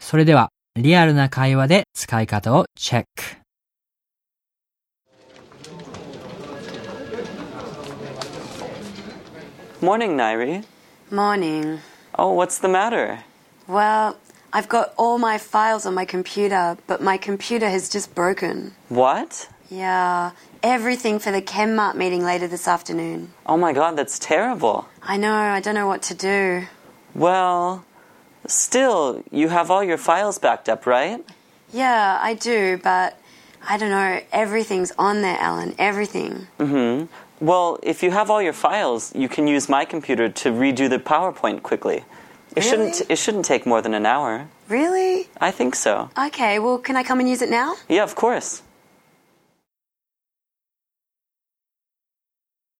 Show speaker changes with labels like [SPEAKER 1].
[SPEAKER 1] それでは、リアルな会話で使い方をチェック。
[SPEAKER 2] Morning, Nairi.
[SPEAKER 3] Morning.
[SPEAKER 2] Oh, what's the matter?
[SPEAKER 3] Well, I've got all my files on my computer, but my computer has just broken.
[SPEAKER 2] What?
[SPEAKER 3] Yeah, everything for the ChemMart meeting later this afternoon.
[SPEAKER 2] Oh my god, that's terrible.
[SPEAKER 3] I know, I don't know what to do.
[SPEAKER 2] Well, still, you have all your files backed up, right?
[SPEAKER 3] Yeah, I do, but I don't know. Everything's on there, Alan. Everything.
[SPEAKER 2] Well, if you have all your files, you can use my computer to redo the PowerPoint quickly. It shouldn't
[SPEAKER 3] Really?
[SPEAKER 2] it shouldn't take more than an hour.
[SPEAKER 3] Really?
[SPEAKER 2] I think so.
[SPEAKER 3] Okay, well, can I come and use it now?
[SPEAKER 2] Yeah, of course.